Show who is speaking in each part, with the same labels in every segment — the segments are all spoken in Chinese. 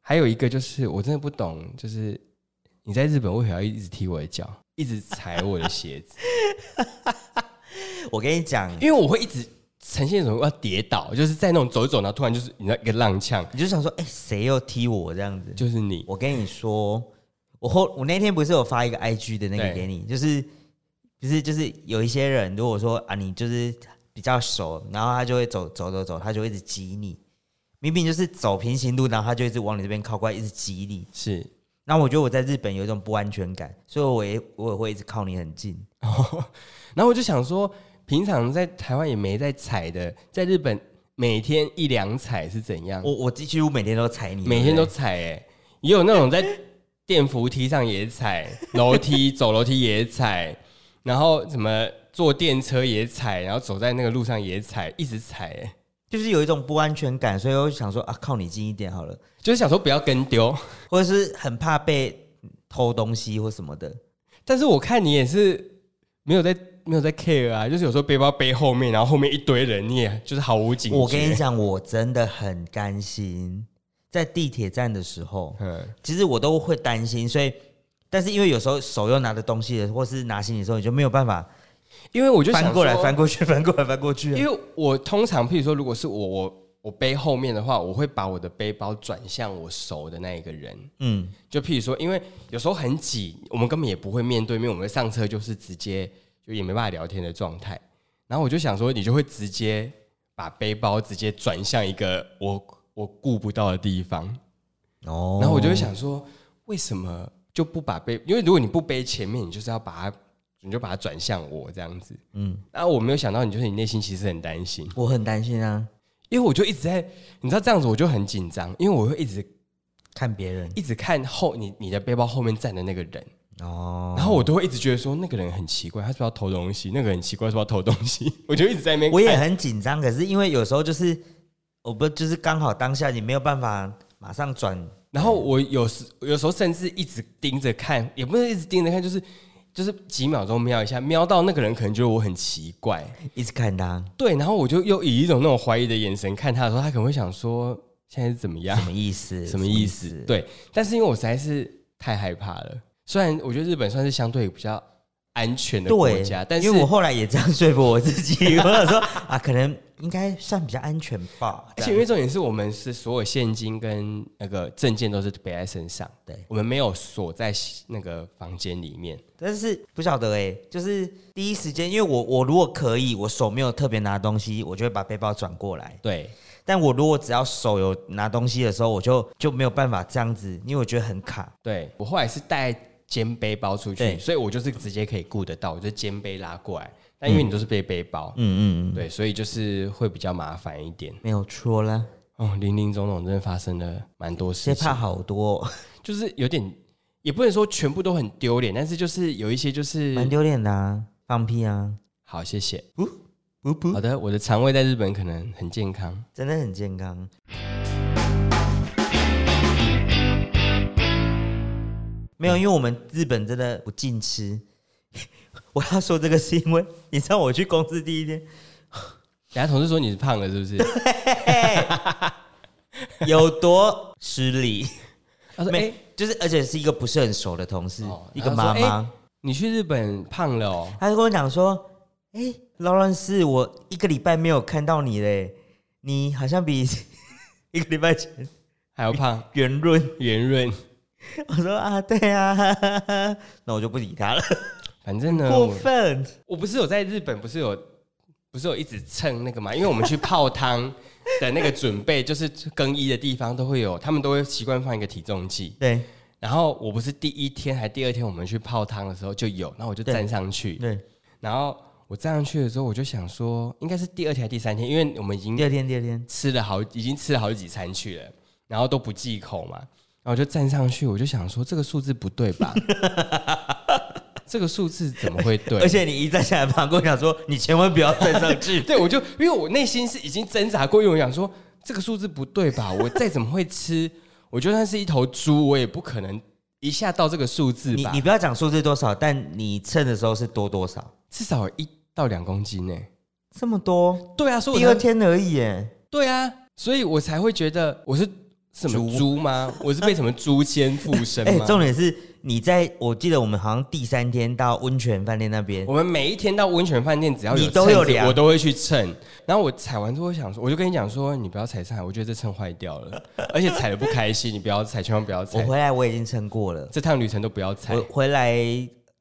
Speaker 1: 还有一个就是我真的不懂，就是你在日本为何要一直踢我的脚，一直踩我的鞋子？
Speaker 2: 我跟你讲，
Speaker 1: 因为我会一直呈现一种要跌倒，就是在那种走一走，然后突然就是你那一个踉跄，
Speaker 2: 你就想说，哎、谁又踢我这样子？
Speaker 1: 就是你
Speaker 2: 我跟你说，我后我那天不是有发一个 IG 的那个
Speaker 1: 对
Speaker 2: 给你，就是不是就是有一些人，如果说啊你就是比较熟，然后他就会走走走走，他就会一直挤你。明明就是走平行路，然后他就一直往你这边靠过来，一直挤你。
Speaker 1: 是
Speaker 2: 那我觉得我在日本有一种不安全感，所以我也我也会一直靠你很近。
Speaker 1: 然后我就想说，平常在台湾也没在踩的，在日本每天一两踩是怎样？
Speaker 2: 我我几乎每天都踩你，
Speaker 1: 每天都
Speaker 2: 对不
Speaker 1: 踩、欸，也有那种在电扶梯上也踩，楼梯走楼梯也踩， 然后什么坐电车也踩，然后走在那个路上也踩，一直踩、欸，
Speaker 2: 对就是有一种不安全感，所以我就想说啊，靠你近一点好了，
Speaker 1: 就是想说不要跟丢。
Speaker 2: 或者是很怕被偷东西或什么的。
Speaker 1: 但是我看你也是没有在没有在 care 啊，就是有时候背包背后面，然后后面一堆人，你也就是毫无警觉。
Speaker 2: 我跟你，讲，我真的很担心，在地铁站的时候，
Speaker 1: 嗯，
Speaker 2: 其实我都会担心，所以，但是因为有时候手又拿着东西的，或是拿行李的时候，你就没有办法
Speaker 1: 因为我就想
Speaker 2: 翻过来
Speaker 1: 说
Speaker 2: 翻过去、翻过来翻过去啊。
Speaker 1: 因为我通常，譬如说，如果是我我我背后面的话，我会把我的背包转向我熟的那一个人。
Speaker 2: 嗯，
Speaker 1: 就譬如说，因为有时候很挤，我们根本也不会面对面，我们上车就是直接就也没办法聊天的状态。然后我就想说，你就会直接把背包直接转向一个我我顾不到的地方，
Speaker 2: 哦
Speaker 1: 然后我就会，想说，为什么就不把背？因为如果你不背前面，你就是要把它，你就把它转向我这样子。
Speaker 2: 嗯，
Speaker 1: 然后我没有想到，你就是你内心其实很担心。
Speaker 2: 我很担心啊，
Speaker 1: 因为我就一直在，你知道这样子我就很紧张，因为我会一直
Speaker 2: 看别人
Speaker 1: 一直看后你你的背包后面站的那个人，
Speaker 2: 哦，
Speaker 1: 然后我都会一直觉得说那个人很奇怪，他是不是要偷东西？那个人很奇怪，是不是要偷东西？ 我就一直在那边看，
Speaker 2: 我也很紧张，可是因为有时候就是，我不就是刚好当下你没有办法马上转，
Speaker 1: 然后我有时有时候甚至一直盯着看，也不是一直盯着看，就是就是几秒钟瞄一下，瞄到那个人可能觉得我很奇怪，
Speaker 2: 一直看他
Speaker 1: 对，然后我就又以一种那种怀疑的眼神看他的时候，他可能会想说现在是怎么样
Speaker 2: 什？么意思？
Speaker 1: 什么意思？对，啊但是因为我实在是太害怕了。虽然我觉得日本算是相对比较安全的国
Speaker 2: 对
Speaker 1: 家，但是
Speaker 2: 因为我后来也这样说服我自 己，我想说啊，可能应该算比较安全吧。
Speaker 1: 而且因为重点是我们是所有现金跟那个证件都是背在身上，
Speaker 2: 对
Speaker 1: 我们没有锁在那个房间里面。
Speaker 2: 但是不晓得哎、就是第一时间，因为我我如果可以，我手没有特别拿东西，我就会把背包转过来。
Speaker 1: 对，
Speaker 2: 但我如果只要手有拿东西的时候，我就就没有办法这样子，因为我觉得很卡。
Speaker 1: 对我后来是带肩背包出去，
Speaker 2: 对
Speaker 1: 所以我就是直接可以顾得到，我就肩背拉过来。但因为你都是背背包，
Speaker 2: 嗯嗯嗯嗯，
Speaker 1: 对，所以就是会比较麻烦一点。
Speaker 2: 没有错啦，
Speaker 1: 哦，零零总总真的发生了蛮多事
Speaker 2: 这
Speaker 1: 情
Speaker 2: 怕。好多哦、
Speaker 1: 就是有点，也不能说全部都很丢脸，但是就是有一些就是
Speaker 2: 蛮丢嗯脸的啊，放屁啊，
Speaker 1: 好，谢谢。
Speaker 2: 不不，
Speaker 1: 好的，我的肠胃在日本可能很健康。
Speaker 2: 真的很健康。没有，因为我们日本真的不禁吃。 我要说这个是因为，你知道我去公司第 一天
Speaker 1: 等下同事说你是胖了，是不是？
Speaker 2: 有多失礼，
Speaker 1: 他说：“哎、
Speaker 2: 没、就是，而且是一个不是很熟的同事，
Speaker 1: 哦
Speaker 2: 一个妈
Speaker 1: 然
Speaker 2: 妈
Speaker 1: 后，你去日本胖了哦。
Speaker 2: 她、就跟我讲说：“哎、劳伦斯，我一个礼拜没有看到你嘞，你好像比 一个礼拜前”
Speaker 1: 还要胖，
Speaker 2: 圆润。”
Speaker 1: 圆润。
Speaker 2: 我说啊，对啊， 哈哈哈那我就不理他了，
Speaker 1: 反正呢，
Speaker 2: 过
Speaker 1: 我
Speaker 2: 分。
Speaker 1: 我不是有在日本，不是有不是有一直称那个嘛？因为我们去泡 汤的那个准备，就是更衣的地方都会有，他们都会习惯放一个体重计。
Speaker 2: 对
Speaker 1: 然后我不是第一天还第二天我们去泡汤的时候就有，那我就
Speaker 2: 对
Speaker 1: 站上去，
Speaker 2: 对，
Speaker 1: 然后我站上去的时候，我就想说，应该是第二天还是第三天，因为我们已经
Speaker 2: 第二天，第二天，
Speaker 1: 吃了好，已经吃了好几餐去了，然后都不忌口嘛。然后我就站上去，我就想说，这个数字不对 吧？这个数字怎么会对？
Speaker 2: 而且你一站下来，旁跟我讲说，你千万不要站上去。
Speaker 1: 对我就因为我内心是已经挣扎过，因为我想说这个数字不对吧？我再怎么会吃，我就算是一头猪，我也不可能一下到这个数字
Speaker 2: 你
Speaker 1: 吧？
Speaker 2: 你不要讲数字多少，但你称的时候是多多少？
Speaker 1: 至少有一到两公斤呢、
Speaker 2: 这么多，
Speaker 1: 对啊，所以我
Speaker 2: 第
Speaker 1: 才
Speaker 2: 二天而已耶。
Speaker 1: 对啊，所以我才会觉得我是什么猪吗？我是被什么猪先附身
Speaker 2: 哎、
Speaker 1: 吗？
Speaker 2: 重点是你在我记得我们好像第三天到温泉饭店那边，
Speaker 1: 我们每一天到温泉饭店，只要有
Speaker 2: 你都有
Speaker 1: 秤子
Speaker 2: 量
Speaker 1: 我都会去称。然后我踩完之后，我想说，我就跟你讲说，你不要踩秤，我觉得这秤坏掉了，而且踩的不开心，你不要踩，千万不要
Speaker 2: 我
Speaker 1: 踩。
Speaker 2: 回来我已经撑过了。
Speaker 1: 这趟旅程都不要踩
Speaker 2: 我。回来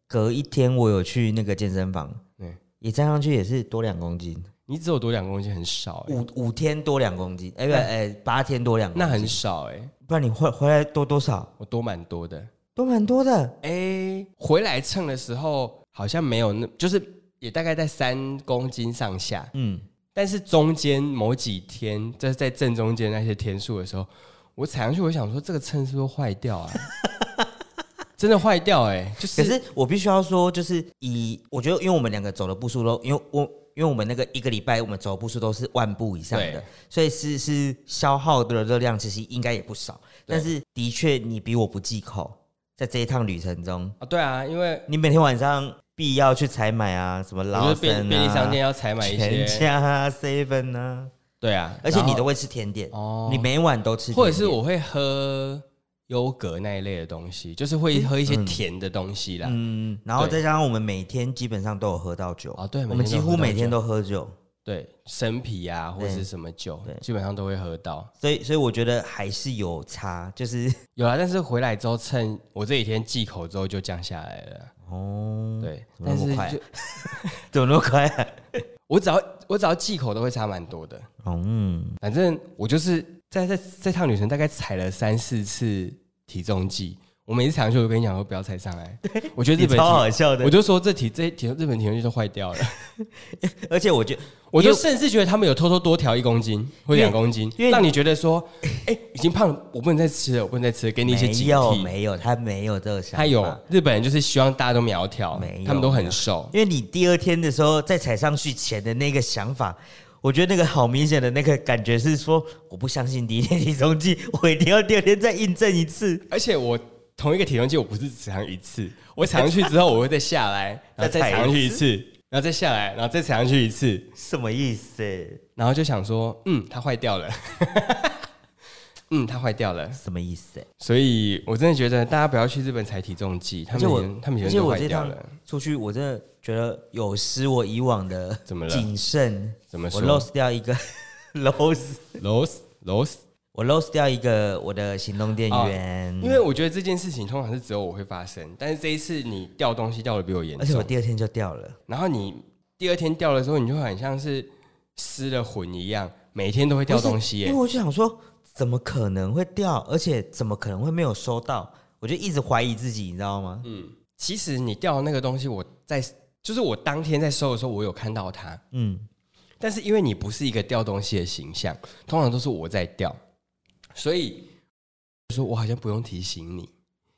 Speaker 2: 隔一天，我有去那个健身房，
Speaker 1: 对
Speaker 2: 也站上去也是多两公斤，
Speaker 1: 你只有多两公斤，很少、欸，
Speaker 2: 五五天多两公斤，哎不哎八天多两公斤，
Speaker 1: 那很少哎、
Speaker 2: 不然你回回来多多少？
Speaker 1: 我多蛮多的。
Speaker 2: 都蛮多的，
Speaker 1: 哎、回来称的时候好像没有那，就是也大概在三公斤上下，
Speaker 2: 嗯，
Speaker 1: 但是中间某几天，就是在正中间那些天数的时候，我踩上去，我想说这个秤是不是坏掉啊？ 真的坏掉哎、就是
Speaker 2: 可是我必须要说，就是以我觉得，因为我们两个走的步数都，因为我因为我们那个一个礼拜我们走的步数都是万步以上的
Speaker 1: 对，
Speaker 2: 所以是是消耗的热量其实应该也不少，
Speaker 1: 对
Speaker 2: 但是的确你比我不忌口，在这一趟旅程中，
Speaker 1: 啊，对啊，因为
Speaker 2: 你每天晚上必要去采买啊，什么
Speaker 1: 我
Speaker 2: 劳
Speaker 1: 就是便
Speaker 2: 森
Speaker 1: 便利商店
Speaker 2: 啊、
Speaker 1: 要采买一
Speaker 2: 全
Speaker 1: 些，
Speaker 2: 家啊、seven 啊，
Speaker 1: 对啊，
Speaker 2: 而且你都
Speaker 1: 然后
Speaker 2: 会吃甜点，
Speaker 1: 哦
Speaker 2: 你每晚都吃甜点，
Speaker 1: 或者是我会喝优格那一类的东西，就是会喝一些甜的东西啦。
Speaker 2: 嗯，然后
Speaker 1: 对
Speaker 2: 再加上我们每天基本上都有喝到酒
Speaker 1: 啊对每
Speaker 2: 我们
Speaker 1: 天都有
Speaker 2: 几
Speaker 1: 喝
Speaker 2: 乎
Speaker 1: 到
Speaker 2: 每天
Speaker 1: 酒
Speaker 2: 都喝酒。
Speaker 1: 对，生啤啊，或者是
Speaker 2: 对
Speaker 1: 什么酒
Speaker 2: 对，
Speaker 1: 基本上都会喝到。
Speaker 2: 所以，所以我觉得还是有差，就是
Speaker 1: 有啦，但是回来之后，趁我这几天忌口之后就降下来了。
Speaker 2: 哦，
Speaker 1: 对，
Speaker 2: 怎么
Speaker 1: 但
Speaker 2: 那么
Speaker 1: 是
Speaker 2: 快
Speaker 1: 就
Speaker 2: 怎么那么快、啊？
Speaker 1: 我只要我只要忌口都会差蛮多的。
Speaker 2: 哦嗯，
Speaker 1: 反正我就是在在这趟旅程大概踩了三四次体重计，我每次踩上去我就跟你讲说不要踩上来。我觉得
Speaker 2: 你
Speaker 1: 日本
Speaker 2: 超
Speaker 1: 体，
Speaker 2: 好笑
Speaker 1: 我
Speaker 2: 的。
Speaker 1: 就说这体这体日本体重计都坏掉 了，
Speaker 2: 而且我觉得，
Speaker 1: 我就甚至觉得他们有偷偷多调一公斤或
Speaker 2: 因为
Speaker 1: 两公斤
Speaker 2: 因为，
Speaker 1: 让你觉得说，哎，已经胖了，我不能再吃了，我不能再吃了，给你一些
Speaker 2: 没
Speaker 1: 警
Speaker 2: 有
Speaker 1: 惕。
Speaker 2: 没有，他没有这个想法。
Speaker 1: 他有日本人就是希望大家都苗条
Speaker 2: 没有，
Speaker 1: 他们都很瘦。
Speaker 2: 因为你第二天的时候再踩上去前的那个想法，我觉得那个好明显的那个感觉是说，我不相信第一天体重计，我一定要第二天再印证一次。
Speaker 1: 而且我同一个体重计，我不是只踩上一 次，我踩上去之后，我会再下来，然后再踩上去一次，然后再下来，然后再踩上去一次，
Speaker 2: 什么意思？
Speaker 1: 然后就想说，嗯，它坏掉了， 嗯，它坏掉了。
Speaker 2: 什么意思？
Speaker 1: 所以我真的觉得大家不要去日本踩体重计，他们
Speaker 2: 而且
Speaker 1: 已
Speaker 2: 我
Speaker 1: 经他们已
Speaker 2: 而
Speaker 1: 经
Speaker 2: 且
Speaker 1: 都
Speaker 2: 我
Speaker 1: 坏
Speaker 2: 这
Speaker 1: 掉
Speaker 2: 趟
Speaker 1: 了。
Speaker 2: 出去，我真的觉得有失我以往的
Speaker 1: 怎么了
Speaker 2: 谨慎，
Speaker 1: 怎么
Speaker 2: 我
Speaker 1: 说
Speaker 2: lost 掉一个 lost，
Speaker 1: ？Los Los，
Speaker 2: 我 lost 掉一个我的行动电源，
Speaker 1: 因为我觉得这件事情通常是只有我会发生，但是这一次你掉东西掉的比我严
Speaker 2: 而且我
Speaker 1: 重，
Speaker 2: 第二天就掉了。
Speaker 1: 然后你第二天掉的时候，你就很像是失了魂一样，每天都会掉
Speaker 2: 不是
Speaker 1: 东西耶、
Speaker 2: 因为我就想说，怎么可能会掉？而且怎么可能会没有收到？我就一直怀疑自己，你知道吗？
Speaker 1: 其实你掉的那个东西，我在就是我当天在收的时候，我有看到它，
Speaker 2: 嗯，
Speaker 1: 但是因为你不是一个掉东西的形象，通常都是我在掉，所以我说我好像不用提醒你，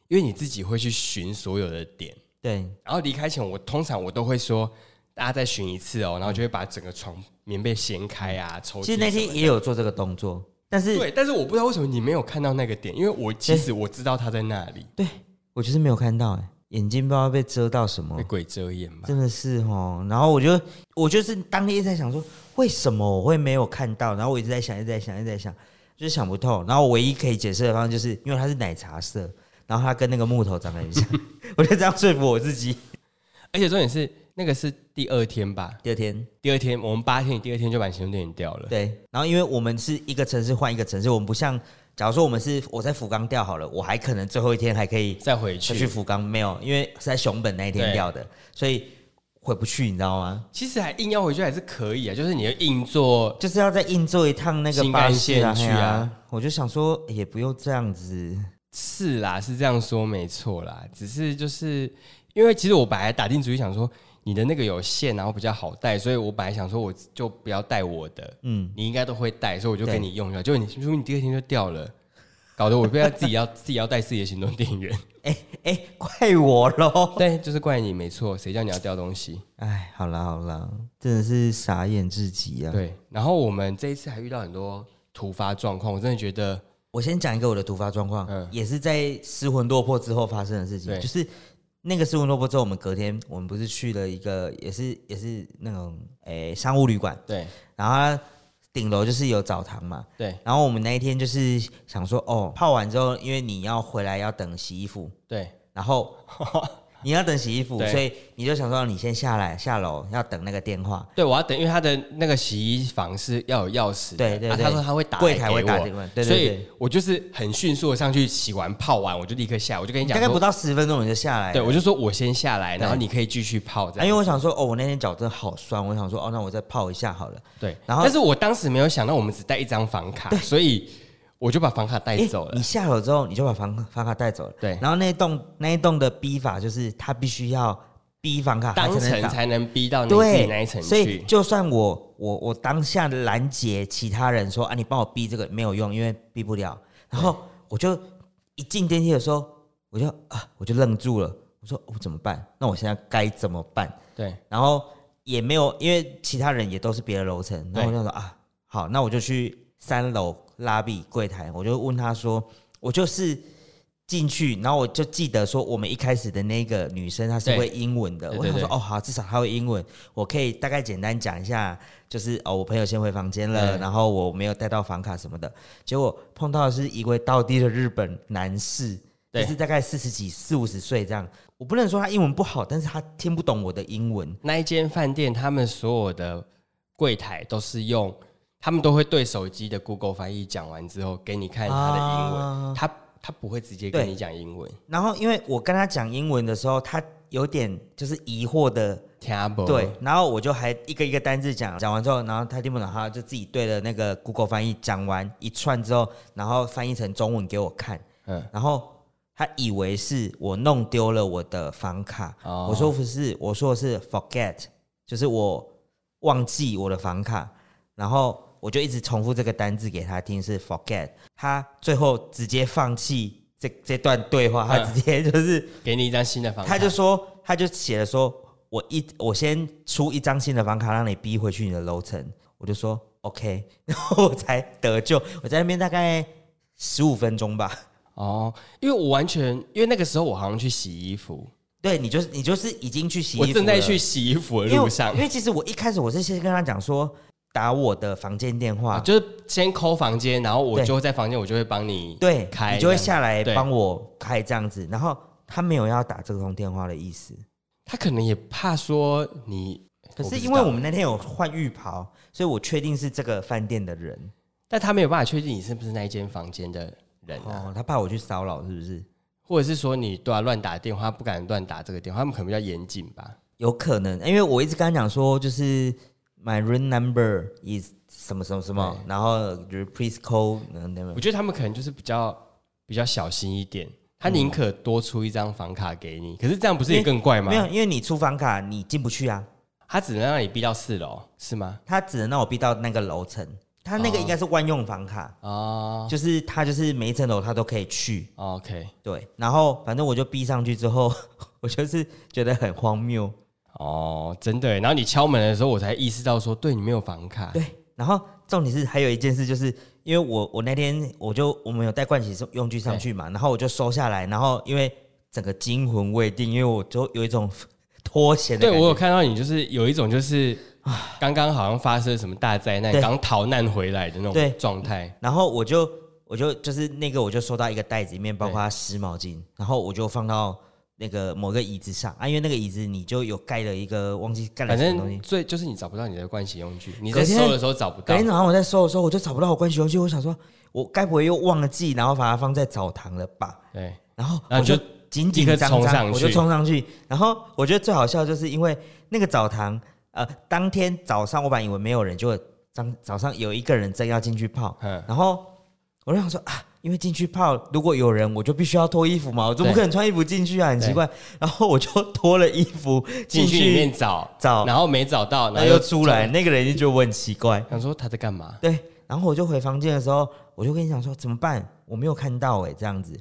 Speaker 1: 因为你自己会去寻所有的点，
Speaker 2: 对，
Speaker 1: 然后离开前我通常我都会说大家再寻一次哦，然后就会把整个床棉被掀开啊，抽屉
Speaker 2: 嗯其实那
Speaker 1: 什么
Speaker 2: 天也有做这个动作，但是
Speaker 1: 对，但是我不知道为什么你没有看到那个点，因为我其实我知道它在那里，
Speaker 2: 我就是没有看到、哎，眼睛不知道被遮到什么
Speaker 1: 被。鬼遮眼吧。
Speaker 2: 真的是哦，然后我就我就是当天一直在想说，为什么我会没有看到？然后我一直在想，一直在想，一直在想，就是想不透。然后我唯一可以解释的方式，就是因为它是奶茶色，然后它跟那个木头长得很像， 我就这样说服我自己。
Speaker 1: 而且重点是那个是第二天吧，
Speaker 2: 第二天，
Speaker 1: 第二天，我们八天，第二天就把行动电源掉了。
Speaker 2: 对，然后因为我们是一个城市换一个城市，我们不像，假如说我们是我在福冈掉好了，我还可能最后一天还可以
Speaker 1: 再回
Speaker 2: 再
Speaker 1: 去，
Speaker 2: 去福冈，没有，因为是在熊本那一天
Speaker 1: 对
Speaker 2: 掉的，所以回不去，你知道吗？
Speaker 1: 其实还硬要回去还是可以啊，就是你要硬做，
Speaker 2: 就是要再硬坐一趟那个
Speaker 1: 新
Speaker 2: 巴
Speaker 1: 干
Speaker 2: 士啊，
Speaker 1: 线去
Speaker 2: 嘿
Speaker 1: 啊
Speaker 2: 我就想说欸也不用这样子，
Speaker 1: 是啦，是这样说没错啦。只是就是因为其实我本来打定主意想说你的那个有线，然后比较好带，所以我本来想说我就不要带我的，
Speaker 2: 嗯，
Speaker 1: 你应该都会带，所以我就
Speaker 2: 对
Speaker 1: 给你用了。结果你说你第二天就掉了，搞得我不要自己要 自己要带自己的行动电 源。
Speaker 2: 哎、怪我喽，
Speaker 1: 对，就是怪你没错，谁叫你要掉东西？
Speaker 2: 哎，好啦好啦，真的是傻眼至极啊！
Speaker 1: 对，然后我们这一次还遇到很多突发状况，我真的觉得
Speaker 2: 我先讲一个我的突发状况，
Speaker 1: 嗯
Speaker 2: 也是在失魂落魄之后发生的事情，
Speaker 1: 对
Speaker 2: 就是那个失魂落魄之后，我们隔天我们不是去了一个也是也是那种哎、商务旅馆，
Speaker 1: 对
Speaker 2: 然后它顶楼就是有澡堂嘛，
Speaker 1: 对
Speaker 2: 然后我们那一天就是想说，哦，泡完之后，因为你要回来要等洗衣服，
Speaker 1: 对，
Speaker 2: 然后你要等洗衣服，
Speaker 1: 对
Speaker 2: 所以你就想说你先下来下楼要等那个电话，
Speaker 1: 对我要等，因为他的那个洗衣房是要有钥匙的，
Speaker 2: 对对
Speaker 1: 啊
Speaker 2: 对
Speaker 1: 他说他会打
Speaker 2: 柜
Speaker 1: 来
Speaker 2: 台
Speaker 1: 给
Speaker 2: 会打
Speaker 1: 我
Speaker 2: 电话对对
Speaker 1: 所以
Speaker 2: 对
Speaker 1: 我就是很迅速的上去洗完泡完，我就立刻下，我就跟你
Speaker 2: 你
Speaker 1: 讲
Speaker 2: 大概
Speaker 1: 说
Speaker 2: 不到十分钟你就下来了，
Speaker 1: 对，我就说我先下来，
Speaker 2: 对
Speaker 1: 然后你可以继续泡这
Speaker 2: 啊因为
Speaker 1: 样。
Speaker 2: 我想说，哦，我那天脚真的好酸，我想说，哦，那我再泡一下好了。
Speaker 1: 对，
Speaker 2: 然后
Speaker 1: 但是我当时没有想到我们只带一张房卡，所以我就把房卡带
Speaker 2: 诶
Speaker 1: 走了
Speaker 2: 你。下楼之后，你就把房房卡带走了。
Speaker 1: 对
Speaker 2: 然后那一栋那一栋的逼法就是，他必须要逼房卡，他
Speaker 1: 当
Speaker 2: 才能
Speaker 1: 层
Speaker 2: 打
Speaker 1: 才能逼到你自己
Speaker 2: 对
Speaker 1: 那一层
Speaker 2: 所以
Speaker 1: 去，
Speaker 2: 就算我我我当下拦截其他人说啊，你帮我逼这个没有用，因为逼不了。然后我就一进电梯的时候，我就啊我就愣住了，我说哦我、怎么办？那我现在该怎么办？
Speaker 1: 对
Speaker 2: 然后也没有，因为其他人也都是别的楼层，然后我就说啊，好，那我就去三楼拉比柜台，我就问他说，我就是进去，然后我就记得说，我们一开始的那个女生她是
Speaker 1: 对
Speaker 2: 会英文的，
Speaker 1: 对
Speaker 2: 我
Speaker 1: 对
Speaker 2: 想说
Speaker 1: 对
Speaker 2: 哦，好，至少她会英文，我可以大概简单讲一下，就是哦，我朋友先回房间了，
Speaker 1: 对
Speaker 2: 然后我没有带到房卡什么的，结果碰到的是一位倒地的日本男士。就
Speaker 1: 对
Speaker 2: 是大概四十几、四五十岁这样，我不能说他英文不好，但是他听不懂我的英文，
Speaker 1: 那一间饭店，他们所有的柜台都是用，他们都会对手机的 Google 翻译讲完之后给你看他的英文，
Speaker 2: 啊
Speaker 1: 他他不会直接跟你讲英文，
Speaker 2: 然后因为我跟他讲英文的时候，他有点就是疑惑的，
Speaker 1: 听不懂
Speaker 2: 对。然后我就还一个一个单字讲，讲完之后，然后他听不懂，他就自己对着那个 Google 翻译讲完一串之后，然后翻译成中文给我看，
Speaker 1: 嗯，
Speaker 2: 然后。他以为是我弄丢了我的房卡，
Speaker 1: 哦
Speaker 2: 我说不是，我说的是 forget，就是我忘记我的房卡，然后我就一直重复这个单字给他听，是 forget。他最后直接放弃这这段对话，他
Speaker 1: 嗯
Speaker 2: 直接就是
Speaker 1: 给你一张新的房卡，
Speaker 2: 他就说，他就写了说，我一我先出一张新的房卡让你逼回去你的楼层，我就说 OK，然 后我才得救。我在那边大概十五分钟吧。
Speaker 1: 哦，因为我完全因为那个时候我好像去洗衣服，
Speaker 2: 对，你就是你就是已经去洗衣
Speaker 1: 我
Speaker 2: 服了，
Speaker 1: 正在去洗衣服的
Speaker 2: 因为
Speaker 1: 路上
Speaker 2: 因为，其实我一开始我是先跟他讲说打我的房间电话，
Speaker 1: 啊就是先抠房间，然后我
Speaker 2: 对
Speaker 1: 就在房间，我就会帮你
Speaker 2: 对，
Speaker 1: 开
Speaker 2: 你就会
Speaker 1: 这样。
Speaker 2: 下来
Speaker 1: 对
Speaker 2: 帮我开这样子，然后他没有要打这通电话的意思。
Speaker 1: 他可能也怕说你，
Speaker 2: 可
Speaker 1: 不
Speaker 2: 是
Speaker 1: 知
Speaker 2: 因为
Speaker 1: 道
Speaker 2: 我们那天有换浴袍，所以我确定是这个饭店的人。
Speaker 1: 但他没有办法确定你是不是那一间房间的人啊，
Speaker 2: 哦，他怕我去骚扰，是不是？
Speaker 1: 或者是说你对啊乱打电话，不敢乱打这个电话，他们可能比较严谨吧。
Speaker 2: 有可能，因为我一直跟他讲说，就是 my room number is 什么什么什么，然后就是 please call 嗯
Speaker 1: 我
Speaker 2: number。
Speaker 1: 觉得他们可能就是比较比较小心一点，他宁可多出一张房卡给你，可是这样不是也更怪吗
Speaker 2: 嗯没？有，因为你出房卡你进不去啊，
Speaker 1: 他只能让你逼到四楼，是吗？
Speaker 2: 他只能让我逼到那个楼层。他那个应该是万用房卡，
Speaker 1: 哦
Speaker 2: 就是他就是每一层楼他都可以去。
Speaker 1: ，OK，
Speaker 2: 对，然后反正我就逼上去之后， 我就是觉得很荒谬。
Speaker 1: 哦，真的耶。然后你敲门的时候，我才意识到说，对你没有房卡。
Speaker 2: 对，然后重点是还有一件事，就是因为我我那天我就我们有带盥洗用具上去嘛，然后我就收下来，然后因为整个惊魂未定，因为我就有一种 脱险的
Speaker 1: 对
Speaker 2: 感
Speaker 1: 我有
Speaker 2: 觉。
Speaker 1: 看到你，就是有一种就是刚刚好像发生什么大灾难，
Speaker 2: 对
Speaker 1: 刚逃难回来的那
Speaker 2: 对嗯
Speaker 1: 种状态。
Speaker 2: 然后我就我就就是那个我就收到一个袋子里面包括湿毛巾，然后我就放到那个某个椅子上啊，因为那个椅子你就有盖了一个忘记盖了
Speaker 1: 反
Speaker 2: 什么东西
Speaker 1: 正。最就是你找不到你的盥洗用具，你
Speaker 2: 隔
Speaker 1: 在
Speaker 2: 天
Speaker 1: 收的时候找不
Speaker 2: 隔
Speaker 1: 到
Speaker 2: 天。早上我在收的时候，我就找不到我关系用具，我想说，我该不会又忘记，然后把它放在澡堂了吧？
Speaker 1: 对，
Speaker 2: 然后
Speaker 1: 然后
Speaker 2: 我
Speaker 1: 你就
Speaker 2: 就紧紧
Speaker 1: 立刻
Speaker 2: 张
Speaker 1: 冲上
Speaker 2: 张，
Speaker 1: 去
Speaker 2: 我就冲上去。然后我觉得最好笑就是因为那个澡堂，呃，当天早上我本来以为没有人，结果当早上有一个人真要进去泡，
Speaker 1: 嗯，
Speaker 2: 然后我就想说啊，因为进去泡如果有人，我就必须要脱衣服嘛，我总不可能穿衣服进去啊，很奇怪。然后我就脱了衣服
Speaker 1: 进
Speaker 2: 进
Speaker 1: 去里面
Speaker 2: 去
Speaker 1: 找，
Speaker 2: 找，
Speaker 1: 然后没找到，然
Speaker 2: 那
Speaker 1: 后
Speaker 2: 又
Speaker 1: 又
Speaker 2: 出来，，那个人就觉得我很奇怪。
Speaker 1: 想说他在干嘛？
Speaker 2: 对，然后我就回房间的时候，我就跟你讲说怎么办，我没有看到哎、这样子。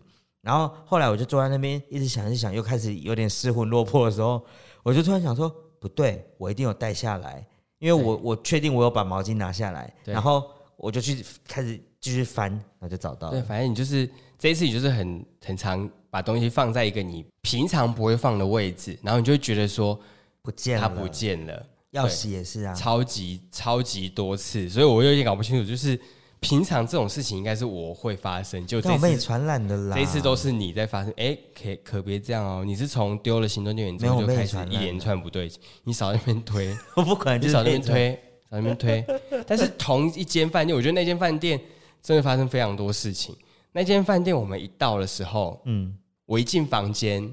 Speaker 2: 然后后来我就坐在那边一直想一直想，又开始有点失魂落魄的时候，我就突然想说不对，我一定有带下来，因为我我确定我有把毛巾拿下来，
Speaker 1: 对
Speaker 2: 然后我就去开始继续翻，然后就找到
Speaker 1: 对，
Speaker 2: 了。
Speaker 1: 反正你就是这一次，你就是很很常把东西放在一个你平常不会放的位置，然后你就会觉得说
Speaker 2: 不见
Speaker 1: 它
Speaker 2: 了，
Speaker 1: 不见了。
Speaker 2: 钥匙也是啊，
Speaker 1: 超级超级多次，所以我有点搞不清楚，就是平常这种事情应该是我会发生，就
Speaker 2: 但
Speaker 1: 这
Speaker 2: 我被你
Speaker 1: 次
Speaker 2: 传染的啦。
Speaker 1: 这一次都是你在发生，哎、可可别这样哦，你是从丢了行动电源之后
Speaker 2: 没有
Speaker 1: 就
Speaker 2: 我被
Speaker 1: 开
Speaker 2: 你
Speaker 1: 始
Speaker 2: 传染
Speaker 1: 一连串不对劲，你少在那边推，
Speaker 2: 我不可能就
Speaker 1: 你
Speaker 2: 是
Speaker 1: 少在那
Speaker 2: 被
Speaker 1: 边推，少在那边 推，但是同一间饭店，我觉得那间饭店真的发生非常多事情。那间饭店我们一到的时候，
Speaker 2: 嗯，
Speaker 1: 我一进房间，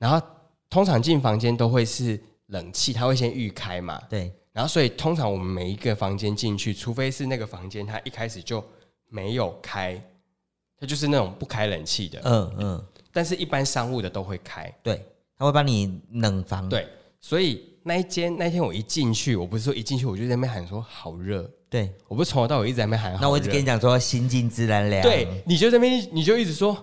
Speaker 1: 然后通常进房间都会是冷气，它会先预开嘛，
Speaker 2: 对，
Speaker 1: 然后所以通常我们每一个房间进去，除非是那个房间它一开始就没有开，它就是那种不开冷气的，
Speaker 2: 嗯嗯，
Speaker 1: 但是一般商务的都会开。
Speaker 2: 对，他会帮你冷房，，
Speaker 1: 对，所以那一间那一天我一进去，我不是说一进去我就在那边喊说好热，
Speaker 2: 对，
Speaker 1: 我不是从头到尾一直在那边喊好热。
Speaker 2: 那我一直跟你讲说心静自然凉，
Speaker 1: 对，你就这边你就一直说，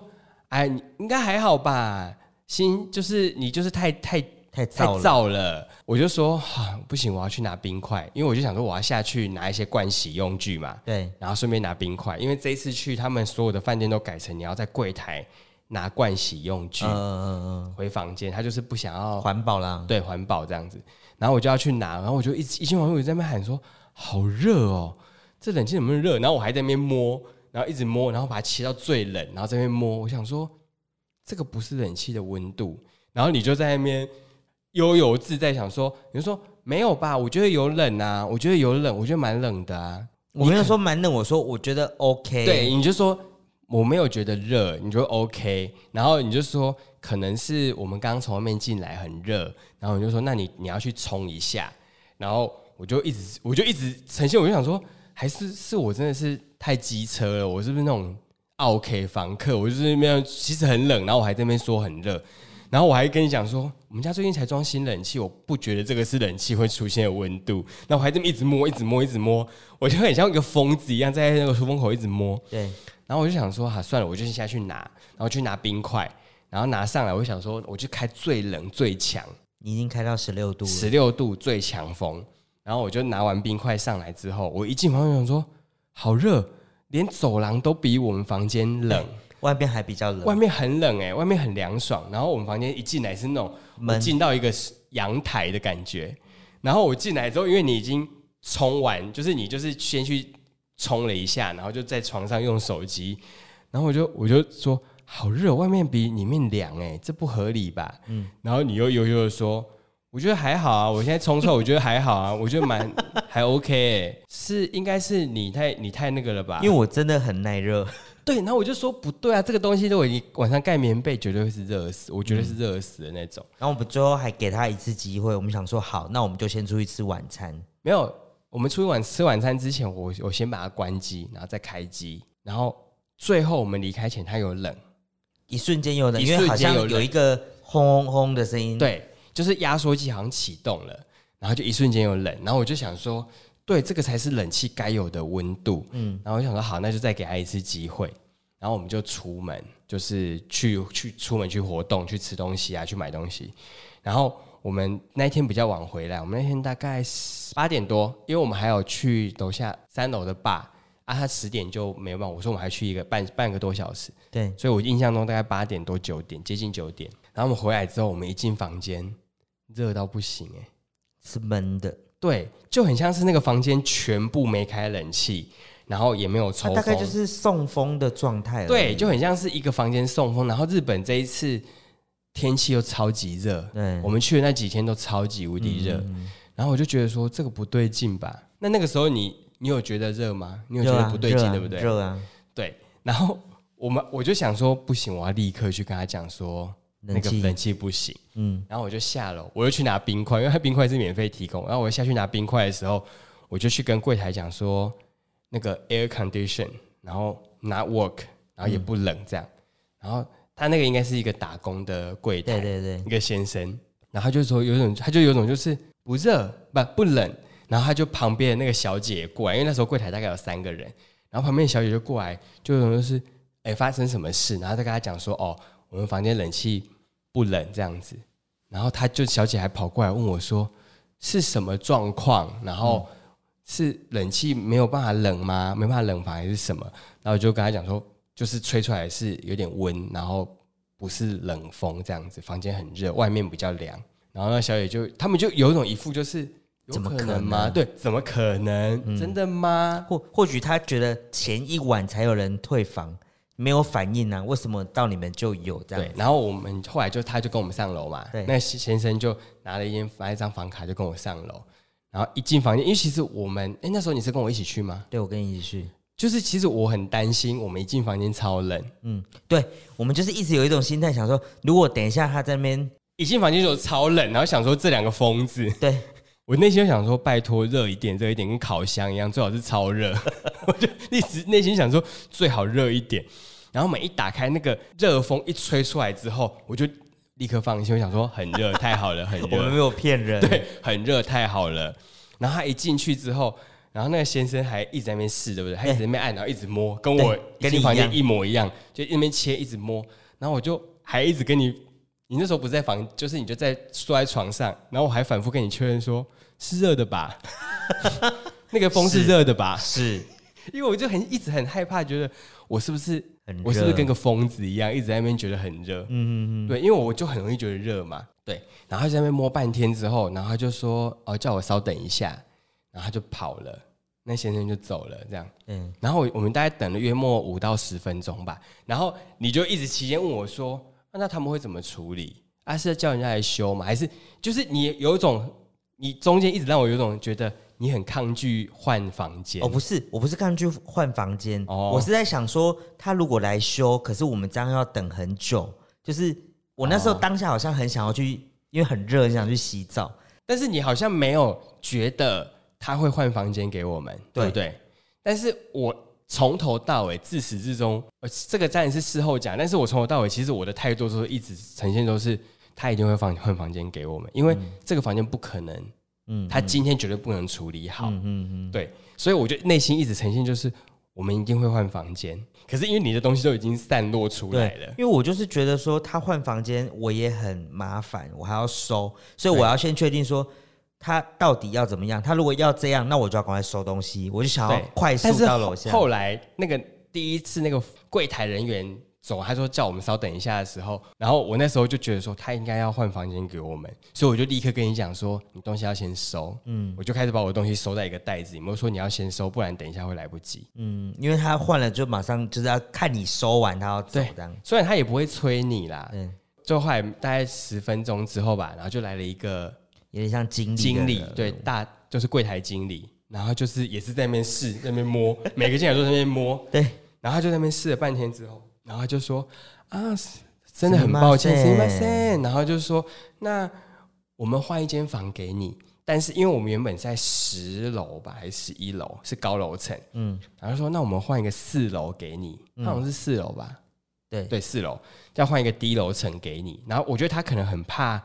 Speaker 1: 哎，你应该还好吧，心就是你就是太太
Speaker 2: 太
Speaker 1: 太
Speaker 2: 燥了，
Speaker 1: 燥了，我就说、啊、不行，我要去拿冰块，因为我就想说我要下去拿一些盥洗用具嘛，
Speaker 2: 对，
Speaker 1: 然后顺便拿冰块，因为这一次去他们所有的饭店都改成你要在柜台拿盥洗用具、
Speaker 2: 嗯嗯嗯
Speaker 1: 回房间，他就是不想
Speaker 2: 嗯，
Speaker 1: 要
Speaker 2: 环保啦，
Speaker 1: 对环保这样子，然后我就要去拿，然后我就一直一进房间我就在那边喊说好热哦，这冷气怎么那么热？然后我还在那边摸，然后一直摸，然后把它切到最冷，然后在那边摸，我想说这个不是冷气的温度，然后你就在那边悠游自在想说，你就说没有吧？我觉得有冷啊，我觉得有冷，我觉得蛮冷的啊。
Speaker 2: 我没有说蛮冷，我说我觉得 OK，
Speaker 1: 对，，你就说我没有觉得热，你就 OK，然后你就说可能是我们刚刚从外面进来很热，然后你就说那你你要去冲一下，然后我就一直我就一直呈现，我就想说还是是我真的是太机车了，我是不是那种 OK 房客？我就是那样，其实很冷，然后我还在那边说很热。然后我还跟你讲说，我们家最近才装新冷气，我不觉得这个是冷气会出现的温度。那我还这么一直摸，一直摸，一直摸，我就很像一个疯子一样，在那个出风口一直摸。
Speaker 2: 对，
Speaker 1: 然后我就想说，哈、算了，我就下去拿，然后去拿冰块，然后拿上来，我就想说，我就开最冷最强，
Speaker 2: 你已经开到十六度了，
Speaker 1: 十六度最强风。然后我就拿完冰块上来之后，我一进房间想说，好热，连走廊都比我们房间冷，
Speaker 2: 外面还比较
Speaker 1: 外
Speaker 2: 冷，
Speaker 1: 面很冷哎、外面很凉爽。然后我们房间一进来是那种我
Speaker 2: 闷
Speaker 1: 进到一个阳台的感觉。然后我进来之后，因为你已经冲完，就是你就是先去冲了一下，然后就在床上用手机，然后我就我就说好热，外面比里面凉哎、这不合理吧？嗯，然后你又悠悠的说。我觉得还好啊，我现在冲出来，我觉得还好啊，我觉得蛮还 OK，、欸、是应该是你太你太那个了吧？
Speaker 2: 因为我真的很耐热，
Speaker 1: 对，然后我就说不对啊，这个东西如果你晚上盖棉被，绝对会是热死，我觉得是热死的那种。
Speaker 2: 然后我们最后还给他一次机会，我们想说好，那我们就先出去吃晚餐，
Speaker 1: 没有，我们出去晚吃晚餐之前，我我先把它关机，然后再开机，然后最后我们离开前它有冷，
Speaker 2: 一瞬间有冷，
Speaker 1: 一
Speaker 2: 因为好
Speaker 1: 瞬间
Speaker 2: 像
Speaker 1: 有冷
Speaker 2: 有一个轰轰轰的声音，，
Speaker 1: 对，就是压缩机好像启动了，然后就一瞬间有冷，然后我就想说，对，这个才是冷气该有的温度。嗯，然后我想说好，那就再给他一次机会，然后我们就出门，就是去去出门去活动，去吃东西啊，去买东西，然后。我们那一天比较晚回来，我们那天大概八点多，因为我们还有去楼下三楼的坝啊，他十点就没有办法。我说我们还去一个半半个多小时，
Speaker 2: 对，
Speaker 1: 所以我印象中大概八点多九点，接近九点。然后我们回来之后，我们一进房间，热到不行哎、
Speaker 2: 是闷的，
Speaker 1: 对，就很像是那个房间全部没开冷气，然后也没有
Speaker 2: 它
Speaker 1: 抽风，
Speaker 2: 啊大概就是送风的状态而已，
Speaker 1: 对，就很像是一个房间送风。然后日本这一次天气又超级热，
Speaker 2: 对
Speaker 1: 我们去的那几天都超级无敌热，
Speaker 2: 嗯
Speaker 1: 然后我就觉得说这个不对劲吧。那那个时候你你有觉得热吗？你有觉
Speaker 2: 热
Speaker 1: 得
Speaker 2: 啊
Speaker 1: 不对劲，
Speaker 2: 热啊
Speaker 1: 对不对？
Speaker 2: 热啊，
Speaker 1: 对，然后我们我就想说不行，我要立刻去跟他讲说那
Speaker 2: 冷
Speaker 1: 个
Speaker 2: 气
Speaker 1: 冷气不行。
Speaker 2: 嗯，
Speaker 1: 然后我就下楼，我又去拿冰块，因为它冰块是免费提供。然后我下去拿冰块的时候，我就去跟柜台讲说那个 air condition，然后 not work，然后也不冷这样。然后他那个应该是一个打工的柜台，
Speaker 2: 对对对，
Speaker 1: 一个先生，然后他就说有一种，他就有一种就是不热不不冷，然后他就旁边的那个小姐也过来，因为那时候柜台大概有三个人，然后旁边的小姐就过来，就有一种就是哎发生什么事，然后再跟他讲说哦，我们房间冷气不冷这样子，然后他就小姐还跑过来问我说是什么状况，然后。是冷气没有办法冷吗？没办法冷房还是什么？然后我就跟他讲说，就是吹出来是有点温，然后不是冷风这样子，房间很热，外面比较凉。然后那小姐就他们就有一种一副就是有
Speaker 2: 怎么
Speaker 1: 可
Speaker 2: 可
Speaker 1: 能吗？
Speaker 2: 能
Speaker 1: 对，怎么可能？真的吗？
Speaker 2: 或或许他觉得前一晚才有人退房，没有反应啊，为什么到你们就有这
Speaker 1: 对
Speaker 2: 样，？
Speaker 1: 然后我们后来就他就跟我们上楼嘛，
Speaker 2: 对
Speaker 1: 那先生就拿了一间拿一张房卡就跟我上楼，然后一进房间，因为其实我们哎、那时候你是跟我一起去吗？
Speaker 2: 对，我跟你一起去。
Speaker 1: 就是其实我很担心，我们一进房间超冷，
Speaker 2: 嗯，对，我们就是一直有一种心态，想说，如果等一下他在那边，
Speaker 1: 一进房间就超冷，然后想说这两个疯子，
Speaker 2: 对，
Speaker 1: 我内心就想说拜托热一点，热一点，跟烤箱一样，最好是超热， 我就一直内心想说最好热一点。然后每一打开那个热风一吹出来之后，我就立刻放心，我想说很热，太好了，很
Speaker 2: 我们
Speaker 1: 热
Speaker 2: 没，有骗人，
Speaker 1: 对，很热，太好了。然后他一进去之后，然后那个先生还一直在那边试，对不对？他一直在那边按，然后一直摸，跟我
Speaker 2: 对
Speaker 1: 一
Speaker 2: 跟
Speaker 1: 进
Speaker 2: 你
Speaker 1: 房
Speaker 2: 一
Speaker 1: 间
Speaker 2: 样
Speaker 1: 一模一样，就一边切一直摸。然后我就还一直跟你，你那时候不在房，就是你就在坐在床上，然后我还反复跟你确认说是热的吧， 那个风是热的吧？
Speaker 2: 是
Speaker 1: 因为我就很一直很害怕，觉得我是不是
Speaker 2: 很热
Speaker 1: 我是不是跟个疯子一样，一直在那边觉得很热？嗯嗯嗯，对，因为我就很容易觉得热嘛。对，然后他在那边摸半天之后，然后他就说：“哦，叫我稍等一下。”然后他就跑了，那先生就走了，这样。
Speaker 2: 嗯，
Speaker 1: 然后我我们大概等了约莫五到十分钟吧，然后你就一直期间问我说：“啊那他们会怎么处理？啊，是要叫人家来修吗？还是就是你有一种，你中间一直让我有一种觉得你很抗拒换房间
Speaker 2: 哦，不是，我不是抗拒换房间，
Speaker 1: 哦
Speaker 2: 我是在想说，他如果来修，可是我们这样要等很久，就是我那时
Speaker 1: 哦
Speaker 2: 候当下好像很想要去，因为很热，很想去洗澡，
Speaker 1: 但是你好像没有觉得他会换房间给我们，对
Speaker 2: 对
Speaker 1: 不对？但是我从头到尾，自始至终，呃，这个当然是事后讲，但是我从头到尾，其实我的态度都是一直呈现都是他一定会放换房间给我们，因为这个房间不可能，
Speaker 2: 嗯，
Speaker 1: 他今天绝对不能处理好，
Speaker 2: 嗯嗯嗯，
Speaker 1: 对，所以我就内心一直呈现就是我们一定会换房间，可是因为你的东西都已经散落出来了
Speaker 2: 对，。因为我就是觉得说他换房间我也很麻烦，我还要收，所以我要先确定说。他到底要怎么样？他如果要这样，那我就要赶快收东西，我就想要
Speaker 1: 对
Speaker 2: 快
Speaker 1: 但
Speaker 2: 速
Speaker 1: 是
Speaker 2: 到楼下。
Speaker 1: 后来那个第一次那个柜台人员走，他说叫我们稍等一下的时候，然后我那时候就觉得说他应该要换房间给我们，所以我就立刻跟你讲说你东西要先收，嗯，我就开始把我的东西收在一个袋子里面，我说你要先收，不然等一下会来不及。
Speaker 2: 嗯，因为他换了就马上就是要看你收完，他要走
Speaker 1: 对
Speaker 2: 这样。
Speaker 1: 虽然他也不会催你啦，
Speaker 2: 嗯，
Speaker 1: 就后来大概十分钟之后吧，然后就来了一个
Speaker 2: 有点像经理的
Speaker 1: 经理
Speaker 2: 人，
Speaker 1: 对，大就是柜台经理，然后就是也是在那边试，在那边摸，每个进来都在那边摸，
Speaker 2: 对，
Speaker 1: 然后他就在那边试了半天之后，然后他就说啊，是真的很
Speaker 2: すみません
Speaker 1: 抱歉，すみません。然后就说那我们换一间房给你，但是因为我们原本在十楼吧，还是十一楼，是高楼层，嗯
Speaker 2: 嗯，
Speaker 1: 然后说那我们换一个四楼给你，他好像是四楼吧，
Speaker 2: 对
Speaker 1: 对，四楼再换一个低楼层给你。然后我觉得他可能很怕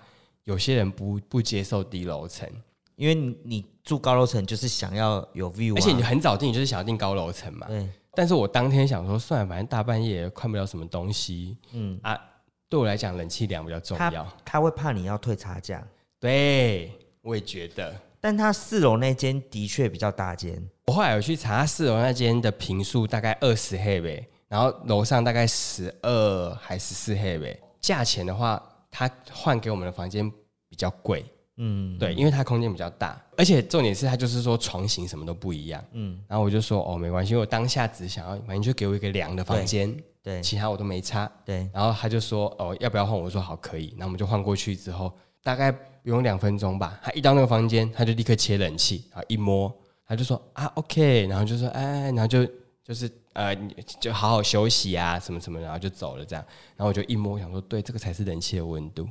Speaker 1: 有些人不不接受低楼层，
Speaker 2: 因为你你住高楼层就是想要有 view，、啊、
Speaker 1: 而且你很早订，你就是想要订高楼层嘛，
Speaker 2: 对，
Speaker 1: 但是我当天想说，算了，反正大半夜也看不了什么东西，嗯啊，对我来讲，冷气凉比较重
Speaker 2: 他
Speaker 1: 要。
Speaker 2: 他会怕你要退差价，
Speaker 1: 对，我也觉得。
Speaker 2: 但他四楼那间的确比较大间，
Speaker 1: 我后来有去查四楼那间的平数大概二十黑呗，然后楼上大概十二还十四黑呗。价钱的话，他换给我们的房间比较贵，
Speaker 2: 嗯，
Speaker 1: 对，因为它空间比较大，而且重点是它就是说床型什么都不一样，嗯。然后我就说哦，没关系，我当下只想要，反正就给我一个凉的房间，
Speaker 2: 对
Speaker 1: 其他我都没差。
Speaker 2: 对，
Speaker 1: 然后他就说：“哦，要不要换？”我说：“好，可以。”那我们就换过去之后，大概不用两分钟吧。他一到那个房间，他就立刻切冷气，然后一摸，他就说：“啊，OK。”然后就说：“哎，然后就就是呃，你就好好休息啊，什么什么。”然后就走了这样。然后我就一摸，我想说：“对，这个才是冷气的温度。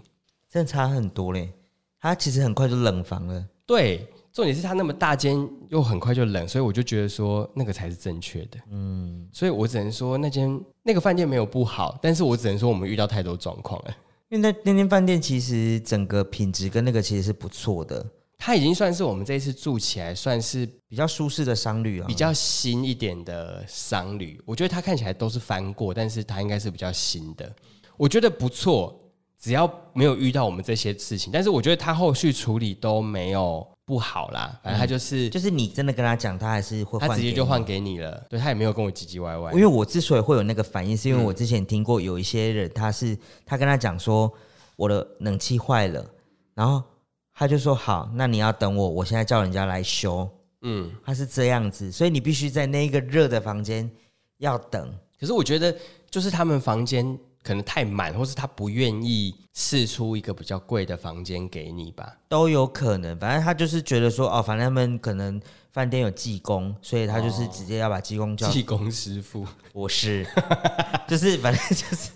Speaker 2: 真的差很多嘞。他其实很快就冷房了，”
Speaker 1: 对，重点是它那么大间又很快就冷，所以我就觉得说那个才是正确的。嗯，所以我只能说那间那个饭店没有不好，但是我只能说我们遇到太多状况了。
Speaker 2: 因为那那间饭店其实整个品质跟那个其实是不错的，
Speaker 1: 它已经算是我们这一次住起来算是
Speaker 2: 比较舒适的商旅啊，
Speaker 1: 比较新一点的商旅，我觉得它看起来都是翻过，但是它应该是比较新的，我觉得不错。只要没有遇到我们这些事情，但是我觉得它后续处理都没有不好啦，反正它嗯就是、
Speaker 2: 就是你真的跟他讲，他还是会
Speaker 1: 它
Speaker 2: 换
Speaker 1: 直接
Speaker 2: 给
Speaker 1: 就
Speaker 2: 你
Speaker 1: 换给你了，对，它也没有跟我唧唧歪歪
Speaker 2: 因。为我之所以会有那个反应，是
Speaker 1: 嗯
Speaker 2: 因为我之前听过有一些人，他是他跟他讲说我的冷气坏了，然后他就说好，那你要等我，我现在叫人家来修。
Speaker 1: 嗯，
Speaker 2: 他是这样子，所以你必须在那一个热的房间要等。
Speaker 1: 可是我觉得就是他们房间可能太满，或是他不愿意试出一个比较贵的房间给你吧。
Speaker 2: 都有可能，反正他就是觉得说，哦，反正他们可能饭店有技工，所以他就是直接要把技工叫
Speaker 1: 哦技工师傅，
Speaker 2: 我是， 就是反正就是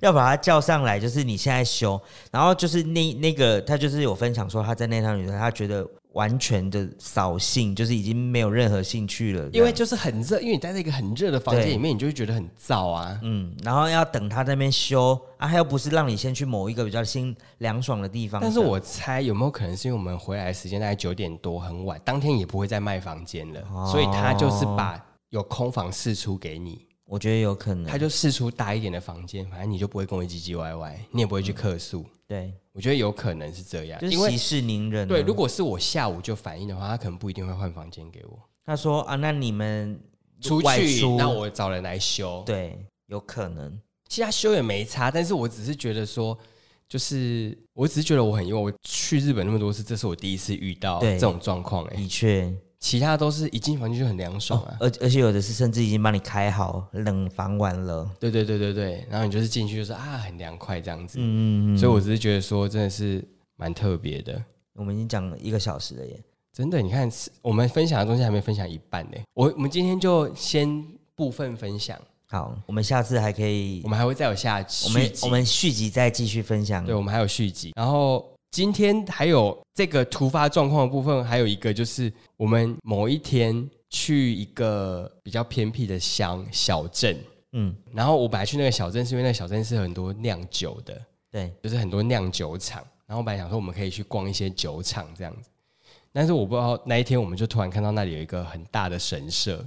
Speaker 2: 要把他叫上来，就是你现在修，然后就是那那个他就是有分享说他在那趟旅程，他觉得完全的扫兴，就是已经没有任何兴趣了，
Speaker 1: 因为就是很热，因为你待在一个很热的房间里面，你就会觉得很燥啊。
Speaker 2: 嗯，然后要等他在那边修啊，他又不是让你先去某一个比较新凉爽的地方的，
Speaker 1: 但是我猜有没有可能是因为我们回来的时间大概九点多，很晚，当天也不会再卖房间了，
Speaker 2: 哦
Speaker 1: 所以他就是把有空房试出给你，
Speaker 2: 我觉得有可能
Speaker 1: 他，就试出大一点的房间，反正你就不会跟我唧唧歪歪，你也不会去客诉。
Speaker 2: 对，
Speaker 1: 我觉得有可能是这样，
Speaker 2: 嗯就是
Speaker 1: 因为
Speaker 2: 息事宁人啊、
Speaker 1: 对，如果是我下午就反应的话，他可能不一定会换房间给我。
Speaker 2: 他说啊，那你们
Speaker 1: 出
Speaker 2: 外
Speaker 1: 去
Speaker 2: 出，
Speaker 1: 那我找人来修，
Speaker 2: 对，有可能。
Speaker 1: 其实他修也没差，但是我只是觉得说，就是我只是觉得我很意外，我去日本那么多次，这是我第一次遇到
Speaker 2: 对
Speaker 1: 这种状况哎，
Speaker 2: 的确，
Speaker 1: 其他都是一进房间就很凉爽啊。
Speaker 2: 而而且有的是甚至已经帮你开好冷房完了。
Speaker 1: 对对对对对，然后你就是进去就是啊很凉快这样子，
Speaker 2: 嗯，
Speaker 1: 所以我只是觉得说真的是蛮特别的，
Speaker 2: 我们已经讲了一个小时了耶。
Speaker 1: 真的你看是我们分享的东西还没分享一半呢，我我们今天就先部分分享，
Speaker 2: 好，我们下次还可以
Speaker 1: 我，们还会再有下
Speaker 2: 我
Speaker 1: 续
Speaker 2: 们
Speaker 1: 集
Speaker 2: 我们续集再继续分享
Speaker 1: 对，。我们还有续集。然后今天还有这个突发状况的部分，还有一个就是我们某一天去一个比较偏僻的乡小镇，
Speaker 2: 嗯，
Speaker 1: 然后我本来去那个小镇是因为那个小镇是很多酿酒的，
Speaker 2: 对，
Speaker 1: 就是很多酿酒厂。然后我本来想说我们可以去逛一些酒厂这样子，但是我不知道那一天我们就突然看到那里有一个很大的神社，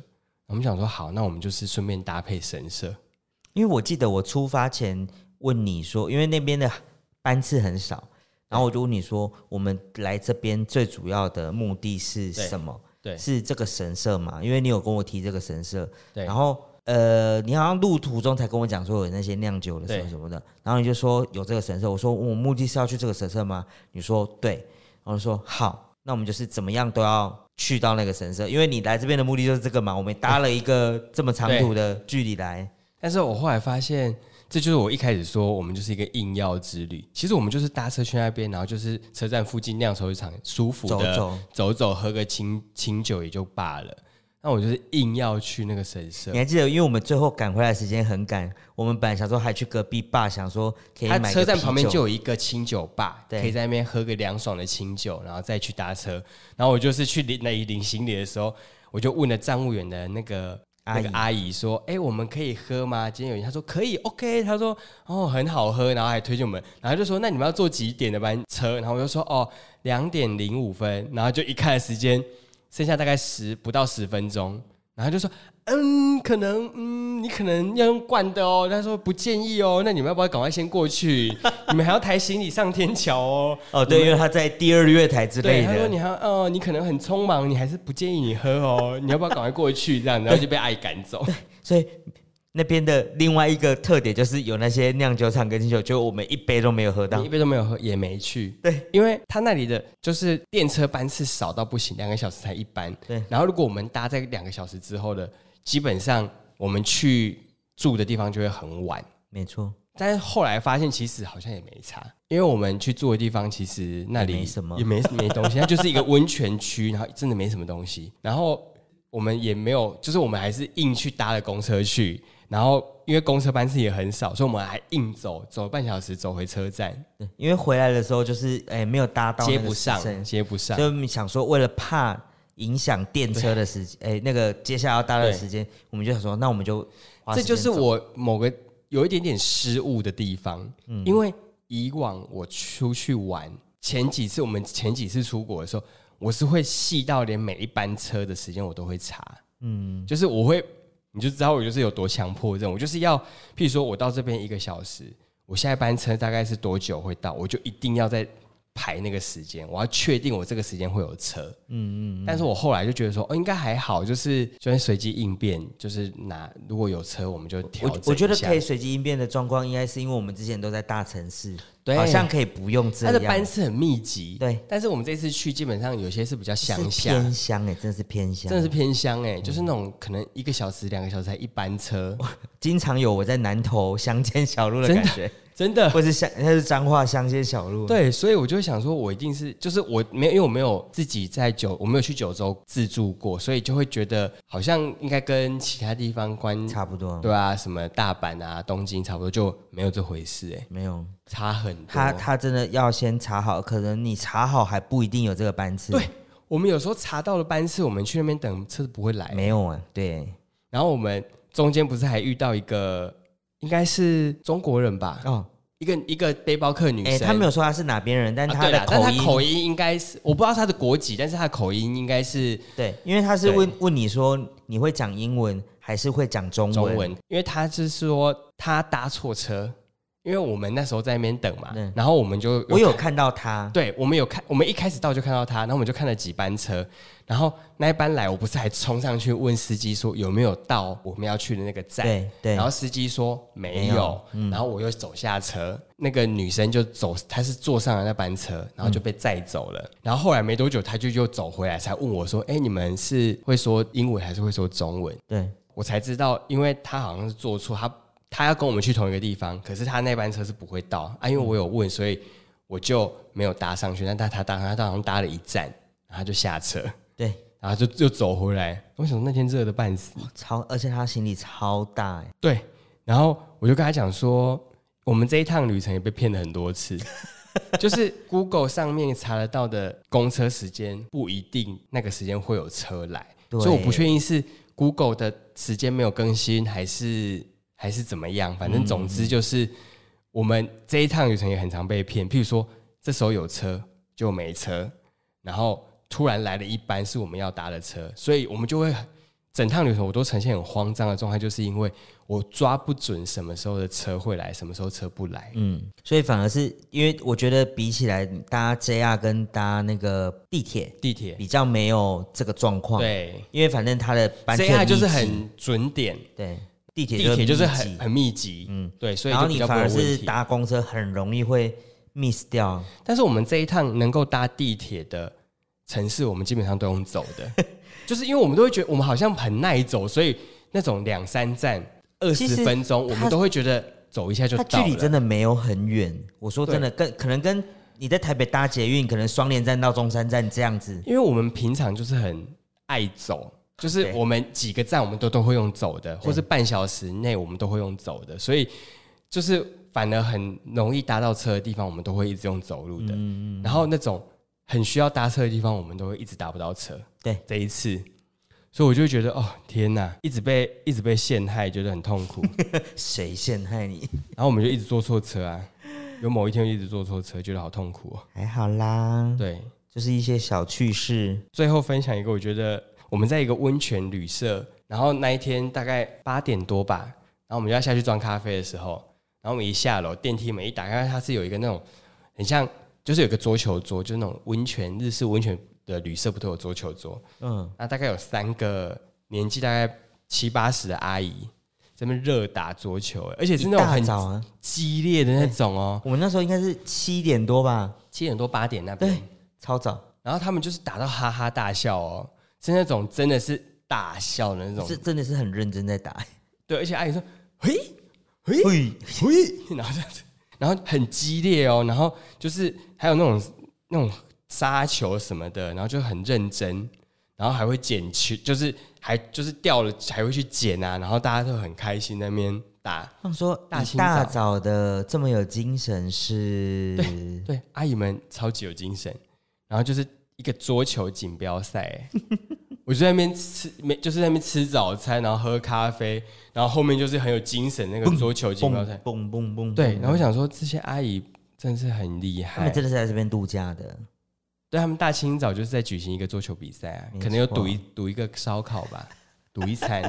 Speaker 1: 我们想说好，那我们就是顺便搭配神社。
Speaker 2: 因为我记得我出发前问你说，因为那边的班次很少，然后我就问你说，我们来这边最主要的目的是
Speaker 1: 对
Speaker 2: 什么？
Speaker 1: 对
Speaker 2: 是这个神社嘛？因为你有跟我提这个神社，
Speaker 1: 对
Speaker 2: 然后呃，你好像路途中才跟我讲说有那些酿酒的什么
Speaker 1: 对
Speaker 2: 什么的，然后你就说有这个神社，我说我目的是要去这个神社吗？你说对，然后我说好，那我们就是怎么样都要去到那个神社，因为你来这边的目的就是这个嘛，我们搭了一个这么长途的距离来，
Speaker 1: 但是我后来发现，这就是我一开始说我们就是一个硬要之旅。其实我们就是搭车去那边，然后就是车站附近酿酒厂舒服
Speaker 2: 走
Speaker 1: 的
Speaker 2: 走，
Speaker 1: 走走喝个清清酒也就罢了。那我就是硬要去那个神社
Speaker 2: 你，还记得，因为我们最后赶回来的时间很赶，我们本来想说还去隔壁坝，想说可以
Speaker 1: 它
Speaker 2: 买
Speaker 1: 车
Speaker 2: 个
Speaker 1: 站
Speaker 2: 啤
Speaker 1: 旁边
Speaker 2: 酒
Speaker 1: 就有一个清酒吧，
Speaker 2: 对
Speaker 1: 可以在那边喝个凉爽的清酒，然后再去搭车。然后我就是去领那里领行李的时候，我就问了站务员的那个。
Speaker 2: 阿
Speaker 1: 那
Speaker 2: 姨
Speaker 1: 个阿姨说：“哎、我们可以喝吗？今天有人，她说可以，OK。她说哦，很好喝，然后还推荐我们，然后就说那你们要坐几点的班车？然后我就说哦，两点零五分，然后就一看时间，剩下大概十不到十分钟，然后就说嗯，可能嗯，你可能要用罐的哦。他说不建议哦，那你们要不要赶快先过去？ 你们还要抬行李上天桥哦。
Speaker 2: 哦，对，因为他在第二月台之
Speaker 1: 对，
Speaker 2: 类
Speaker 1: 他说
Speaker 2: 的，
Speaker 1: 你还要哦，你可能很匆忙，你还是不建议你喝哦，你要不要赶快过去？这样，然后就被阿姨赶 走。
Speaker 2: 所以那边的另外一个特点就是有那些酿酒厂跟清酒，就我们一杯都没有喝
Speaker 1: 你
Speaker 2: 到
Speaker 1: 一，杯都没有喝，也没去。
Speaker 2: 对，
Speaker 1: 因为他那里的就是电车班次少到不行，两个小时才一班。
Speaker 2: 对
Speaker 1: 然后如果我们搭在两个小时之后的，基本上我们去住的地方就会很晚。
Speaker 2: 没错，
Speaker 1: 但是后来发现，其实好像也没差，因为我们去住的地方其实那里
Speaker 2: 也没什么
Speaker 1: 也没没东西，它就是一个温泉区，然后真的没什么东西。然后我们也没有，就是我们还是硬去搭了公车去，然后因为公车班次也很少，所以我们还硬走，走了半小时走回车站，
Speaker 2: 对，因为回来的时候就是哎、没有搭到
Speaker 1: 接
Speaker 2: 那个
Speaker 1: 不
Speaker 2: 时
Speaker 1: 上，
Speaker 2: 辰
Speaker 1: 接不上。
Speaker 2: 就想说为了怕影响电车的时间，哎、那个接下来要搭的
Speaker 1: 对
Speaker 2: 时间，我们就想说那我们就花
Speaker 1: 这
Speaker 2: 时间
Speaker 1: 就是
Speaker 2: 走
Speaker 1: 我某个有一点点失误的地方，
Speaker 2: 嗯
Speaker 1: 因为以往我出去玩前几次，我们前几次出国的时候，我是会细到连每一班车的时间我都会查，嗯，就是我会，你就知道我就是有多强迫症，我就是要，譬如说我到这边一个小时，我下一班车大概是多久会到，我就一定要在排那个时间，我要确定我这个时间会有车。
Speaker 2: 嗯嗯，
Speaker 1: 但是我后来就觉得说，哦，应该还好，就是就会随机应变，就是拿如果有车我们就调整
Speaker 2: 我我觉得
Speaker 1: 一下
Speaker 2: 可以随机应变的状况，应该是因为我们之前都在大城市，
Speaker 1: 对
Speaker 2: 好像可以不用这
Speaker 1: 它
Speaker 2: 样。
Speaker 1: 的班次很密集，
Speaker 2: 对。
Speaker 1: 但是我们这次去，基本上有些是比较乡
Speaker 2: 是
Speaker 1: 下，
Speaker 2: 偏乡哎、真的是偏乡，
Speaker 1: 真的是偏乡哎、就是那种可能一个小时、两个小时才一班车，
Speaker 2: 嗯经常有我在南头乡间小路的
Speaker 1: 真的
Speaker 2: 感觉，
Speaker 1: 真的。
Speaker 2: 或是乡，它是彰化乡间小路。，
Speaker 1: 对，所以我就会想说，我一定是就是我没有，因为我没有自己在九，我没有去九州自助过，所以就会觉得好像应该跟其他地方关
Speaker 2: 差不多。
Speaker 1: 对啊，什么大阪啊、东京差不多就没有这回事哎、
Speaker 2: 没有，
Speaker 1: 差很多。
Speaker 2: 他他真的要先查好，可能你查好还不一定有这个班次。
Speaker 1: 对，我们有时候查到了班次，我们去那边等车子不会来。
Speaker 2: 没有啊，对，
Speaker 1: 然后我们中间不是还遇到一个，应该是中国人吧，
Speaker 2: 哦，
Speaker 1: 一个一个背包客女
Speaker 2: 哎、
Speaker 1: 生。
Speaker 2: 他没有说他是哪边人，但
Speaker 1: 啊
Speaker 2: 他
Speaker 1: 对
Speaker 2: 的
Speaker 1: 啦但
Speaker 2: 口
Speaker 1: 她
Speaker 2: 音，
Speaker 1: 口音应该是我不知道她的国籍，但是她的口音应该是
Speaker 2: 对，因为他是
Speaker 1: 对
Speaker 2: 问问你说你会讲英文还是会讲中文？
Speaker 1: 中文，因为她是说她搭错车，因为我们那时候在那边等嘛
Speaker 2: 对，
Speaker 1: 然后我们就
Speaker 2: 我有看到他，
Speaker 1: 对，我们有看，我们一开始到就看到他，然后我们就看了几班车，然后那一班来，我不是还冲上去问司机说有没有到我们要去的那个站，
Speaker 2: 对对
Speaker 1: 然后司机说没
Speaker 2: 没
Speaker 1: 有，
Speaker 2: 有嗯
Speaker 1: 然后我又走下车，那个女生就走，她是坐上了那班车，然后就被载走了，然后后来没多久，她就又走回来，才问我说，哎，你们是会说英文还是会说中文？
Speaker 2: 对
Speaker 1: 我才知道，因为他好像是做错，他他要跟我们去同一个地方，可是他那班车是不会到啊，因为我有问，所以我就没有搭上去。但他他搭他好像搭了一站，然后他就下车，
Speaker 2: 对，
Speaker 1: 然后就又走回来。为什么那天热的半死？
Speaker 2: 超，而且他行李超大、哎，
Speaker 1: 对，然后我就跟他讲说，我们这一趟旅程也被骗了很多次。 就是 Google 上面查得到的公车时间不一定那个时间会有车来，
Speaker 2: 对
Speaker 1: 所以我不确定是 Google 的时间没有更新，还是还是怎么样。反正总之就是我们这一趟旅程也很常被骗，譬如说这时候有车就没车，然后突然来了一班是我们要搭的车，所以我们就会整趟旅程我都呈现很慌张的状态，就是因为我抓不准什么时候的车会来，什么时候车不来。
Speaker 2: 嗯，所以反而是因为我觉得比起来搭 JR 啊跟搭那个地铁
Speaker 1: 地铁
Speaker 2: 比较没有这个状况，，
Speaker 1: 对
Speaker 2: 因为反正他的班次
Speaker 1: ，JR
Speaker 2: 密集
Speaker 1: 就是很准点，
Speaker 2: 对，地铁
Speaker 1: 地铁就是
Speaker 2: 密集
Speaker 1: 很很密集，嗯，对，所以
Speaker 2: 然后
Speaker 1: 就比
Speaker 2: 你
Speaker 1: 较不会
Speaker 2: 反
Speaker 1: 有
Speaker 2: 而
Speaker 1: 问
Speaker 2: 是
Speaker 1: 题。
Speaker 2: 搭公车很容易会 miss 掉，
Speaker 1: 但是我们这一趟能够搭地铁的城市，我们基本上都用走的， 就是因为我们都会觉得我们好像很耐走，所以那种两三站二
Speaker 2: 其
Speaker 1: 十
Speaker 2: 实
Speaker 1: 分钟，我
Speaker 2: 它
Speaker 1: 们都会觉得走一下就
Speaker 2: 它距
Speaker 1: 到
Speaker 2: 离
Speaker 1: 了。
Speaker 2: 真的没有很远。我说真的，跟可能跟你在台北搭捷运，可能双连站到中山站这样子，
Speaker 1: 因为我们平常就是很爱走，就是
Speaker 2: 对
Speaker 1: 我们几个站我们都都会用走的，或是半小时内我们都会用走的，所以就是反而很容易搭到车的地方，我们都会一直用走路的。
Speaker 2: 嗯
Speaker 1: 然后那种很需要搭车的地方，我们都会一直搭不到车。
Speaker 2: 对，
Speaker 1: 这一次。所以我就觉得，哦，天哪，一直被一直被陷害，觉得很痛 苦。
Speaker 2: 谁陷害你？
Speaker 1: 然后我们就一直坐错车啊，有某一天就一直坐错车，觉得好痛苦哦。
Speaker 2: 还好啦，
Speaker 1: 对，
Speaker 2: 就是一些小趣事。
Speaker 1: 最后分享一个，我觉得我们在一个温泉旅社，然后那一天大概八点多吧，然后我们就要下去装咖啡的时候，然后我们一下楼，电梯门一打开，它是有一个那种很像，就是有个桌球桌，就是那种温泉日式温泉的旅社不都有桌球桌？
Speaker 2: 嗯，
Speaker 1: 那大概有三个年纪大概七八十的阿姨。在那边热打桌球，而且是
Speaker 2: 一
Speaker 1: 那种
Speaker 2: 大
Speaker 1: 很
Speaker 2: 早啊，
Speaker 1: 激烈的那种哦，
Speaker 2: 我们那时候应该是七点多吧，
Speaker 1: 七点多八点那边，
Speaker 2: 超早，
Speaker 1: 然后他们就是打到哈哈大笑哦，是那种真的是大笑的那种
Speaker 2: 这，真的是很认真在打。
Speaker 1: 对，而且阿姨说，嘿，嘿，
Speaker 2: 嘿，
Speaker 1: 嘿， 然后这样子，然后很激烈哦，然后就是还有那种那种杀球什么的，然后就很认真，然后还会捡球，就是还就是掉了还会去捡啊，然后大家都很开心在那边打，
Speaker 2: 他们说
Speaker 1: 大
Speaker 2: 大
Speaker 1: 清
Speaker 2: 大
Speaker 1: 早
Speaker 2: 早的这么有精神是，
Speaker 1: 对，阿姨们超级有精神，然后就是一个桌球锦标赛、 欸我就在那边吃，没就是在那边吃早餐，然后喝咖啡，然后后面就是很有精神那个桌球锦
Speaker 2: 蹦
Speaker 1: 标赛。
Speaker 2: 蹦蹦蹦，
Speaker 1: 对，然后我想说这些阿姨真的是很厉
Speaker 2: 他
Speaker 1: 害
Speaker 2: 们，真的是在这边度假的。
Speaker 1: 对他们大清早就是在举行一个桌球比赛啊
Speaker 2: 没，
Speaker 1: 可能有赌
Speaker 2: 错
Speaker 1: 一赌一个烧烤 吧，赌一餐。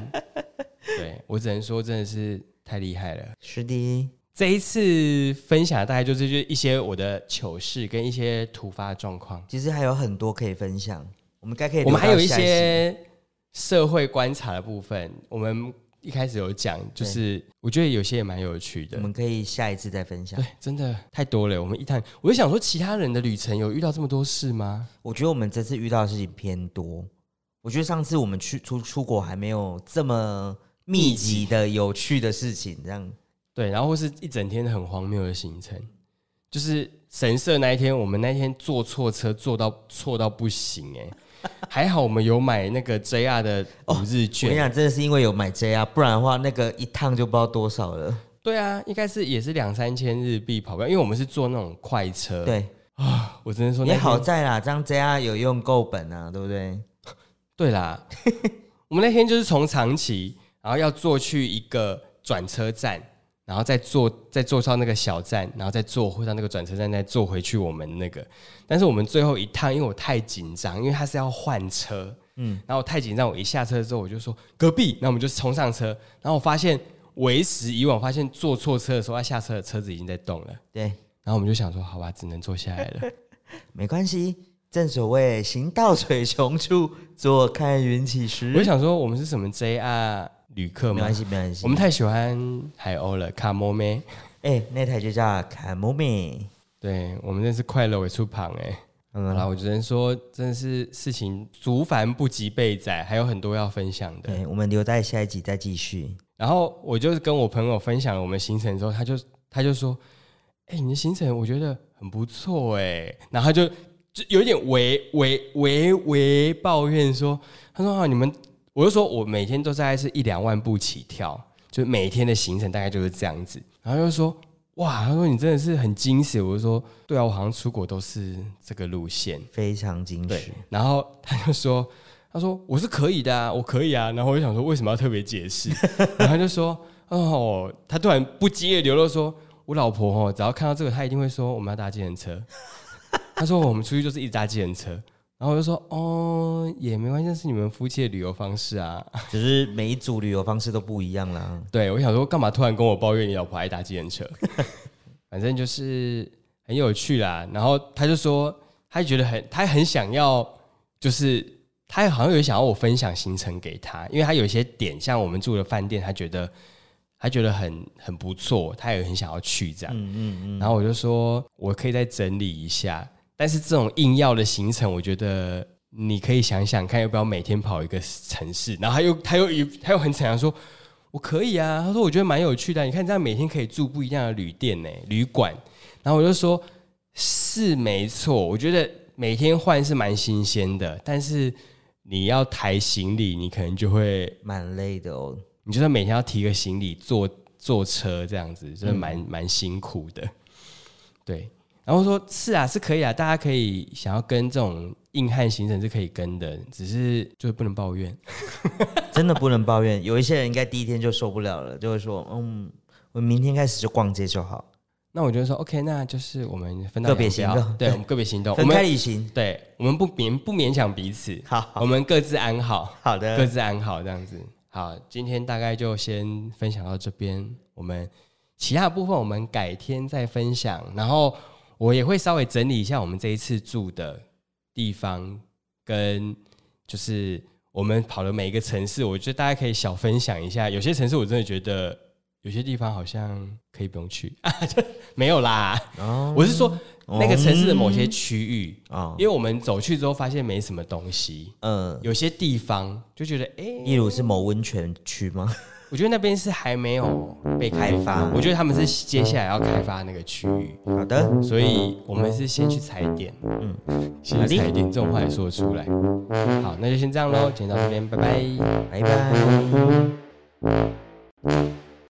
Speaker 1: 对我只能说真的是太厉害了。
Speaker 2: 是的，
Speaker 1: 这一次分享大概就是就是一些我的糗事跟一些突发状况。
Speaker 2: 其实还有很多可以分享，我们该可以。
Speaker 1: 我们还有一，些社会观察的部分，我们一开始有讲，就是我觉得有些也蛮有趣
Speaker 2: 我
Speaker 1: 的。
Speaker 2: 们可以下一次再分享
Speaker 1: 对。，真的太多了。我们一探，我就想说，其他人的旅程有遇到这么多事吗？
Speaker 2: 我觉得我们这次遇到的事情偏多。我觉得上次我们去出出国还没有这么密集的有趣的事情，这样
Speaker 1: 对，然后或是一整天很荒谬的行程，就是神社那一天，我们那天坐错车，坐到错到不行 哎、还好我们有买那个 JR 的五日
Speaker 2: 哦我跟你
Speaker 1: 券，
Speaker 2: 讲，真的是因为有买 JR，不然的话那个一趟就不知道多少了。
Speaker 1: 对啊，应该是也是两三千日币跑不掉，因为我们是坐那种快车。，
Speaker 2: 对，
Speaker 1: 我只能呃说那
Speaker 2: 也
Speaker 1: 天
Speaker 2: 好在啦，这样 JR 有用够本啊，对不对？
Speaker 1: 对啦，我们那天就是从长崎，然后要坐去一个转车站，然后再坐再坐到那个小站，然后再坐回到那个转车站，再坐回去我们那个。但是我们最后一趟，因为我太紧张，因为他是要换车，嗯，然后我太紧张，我一下车之后我就说隔壁，那我们就冲上车，然后我发现为时已晚，发现坐错车的时候，他下车的车子已经在动了，
Speaker 2: 对，
Speaker 1: 然后我们就想说，好吧，只能坐下来了。
Speaker 2: 没关系。正所谓行到水穷处，坐看云起时。
Speaker 1: 我就想说，我们是什么 JR 旅客
Speaker 2: 没
Speaker 1: 吗
Speaker 2: 关？系，没关系
Speaker 1: 我。们太喜欢海鸥了，卡莫妹。
Speaker 2: 哎、那台就叫卡莫美。
Speaker 1: 对我们真是快乐尾出旁哎。好
Speaker 2: 嗯，
Speaker 1: 啦，我只能说，真的是事情足繁不及备载，还有很多要分享的。
Speaker 2: 哎对，我们留在下一集再继续。
Speaker 1: 然后我就是跟我朋友分享了我们行程之后，他就他就说：“哎、你的行程我觉得很不错哎。”然后他就就有一点微微微微抱怨说：“他说啊，你们，我就说我每天都大概是一两万步起跳，就每天的行程大概就是这样子。”然后他就说：“哇，他说你真的是很惊喜。”我就说：“对啊，我好像出国都是这个路线。”
Speaker 2: 非常精
Speaker 1: 对
Speaker 2: 实。，
Speaker 1: 然后他就说：“他说我是可以的啊，我可以啊。”然后我就想说，为什么要特别解释？然后他就说：“哦，他突然不激烈流露说，我老婆哦，只要看到这个，她一定会说我们要搭计程车。他说我们出去就是一直搭计程车。”然后我就说：“哦，也没关系，这是你们夫妻的旅游方式啊。
Speaker 2: 只是每一组旅游方式都不一样啦。
Speaker 1: 对”我想说，干嘛突然跟我抱怨你老婆爱搭计程车？ 反正就是很有趣啦。然后他就说，他觉得很，他很想要，就是他好像有想要我分享行程给他，因为他有一些点，像我们住的饭店，他觉得他觉得很很不错，他也很想要去这样。然后我就说，我可以再整理一下，但是这种硬要的行程，我觉得。你可以想想看，要不要每天跑一个城市？然后他又他又他又很逞强说，我可以啊。他说我觉得蛮有趣的啊、你看这样每天可以住不一样的旅店呢、旅馆。然后我就说，是没错，我觉得每天换是蛮新鲜的，但是你要抬行李，你可能就会，
Speaker 2: 蛮累的哦。
Speaker 1: 你就算每天要提个行李坐坐车这样子，真的蛮蛮、辛苦的。对，然后说是啊，是可以啊，大家可以想要跟这种硬汉行程是可以跟的，只是就是不能抱怨。
Speaker 2: 真的不能抱怨。有一些人应该第一天就受不了了，就会说：“嗯，我明天开始就逛街就好，
Speaker 1: 那我就说 OK，那就是我们分道
Speaker 2: 个别
Speaker 1: 扬镳啊
Speaker 2: 行动
Speaker 1: 对我们个别行哦动，我
Speaker 2: 分开
Speaker 1: 们
Speaker 2: 旅行。
Speaker 1: 对我们不勉不勉强彼此”，
Speaker 2: 好好
Speaker 1: 我们各自安好。
Speaker 2: 好
Speaker 1: 各
Speaker 2: 的，
Speaker 1: 自安好这样子。好，今天大概就先分享到这边，我们其他部分我们改天再分享。然后我也会稍微整理一下我们这一次住的地方，跟就是我们跑的每一个城市，我觉得大家可以小分享一下。有些城市我真的觉得有些地方好像可以不用去， 啊、就没有啦。
Speaker 2: 哦
Speaker 1: 我是说那个城市的某些区域，
Speaker 2: 哦，
Speaker 1: 因为我们走去之后发现没什么东西。
Speaker 2: 嗯，
Speaker 1: 有些地方就觉得，哎、
Speaker 2: 例如是某温泉区吗？
Speaker 1: 我觉得那边是还没有被开发，我觉得他们是接下来要开发那个区域，
Speaker 2: 好的，
Speaker 1: 所以我们是先去踩点，嗯，先去踩点，这种话也说得出来。好，那就先这样喽，今天到这边，拜拜。
Speaker 2: 拜拜。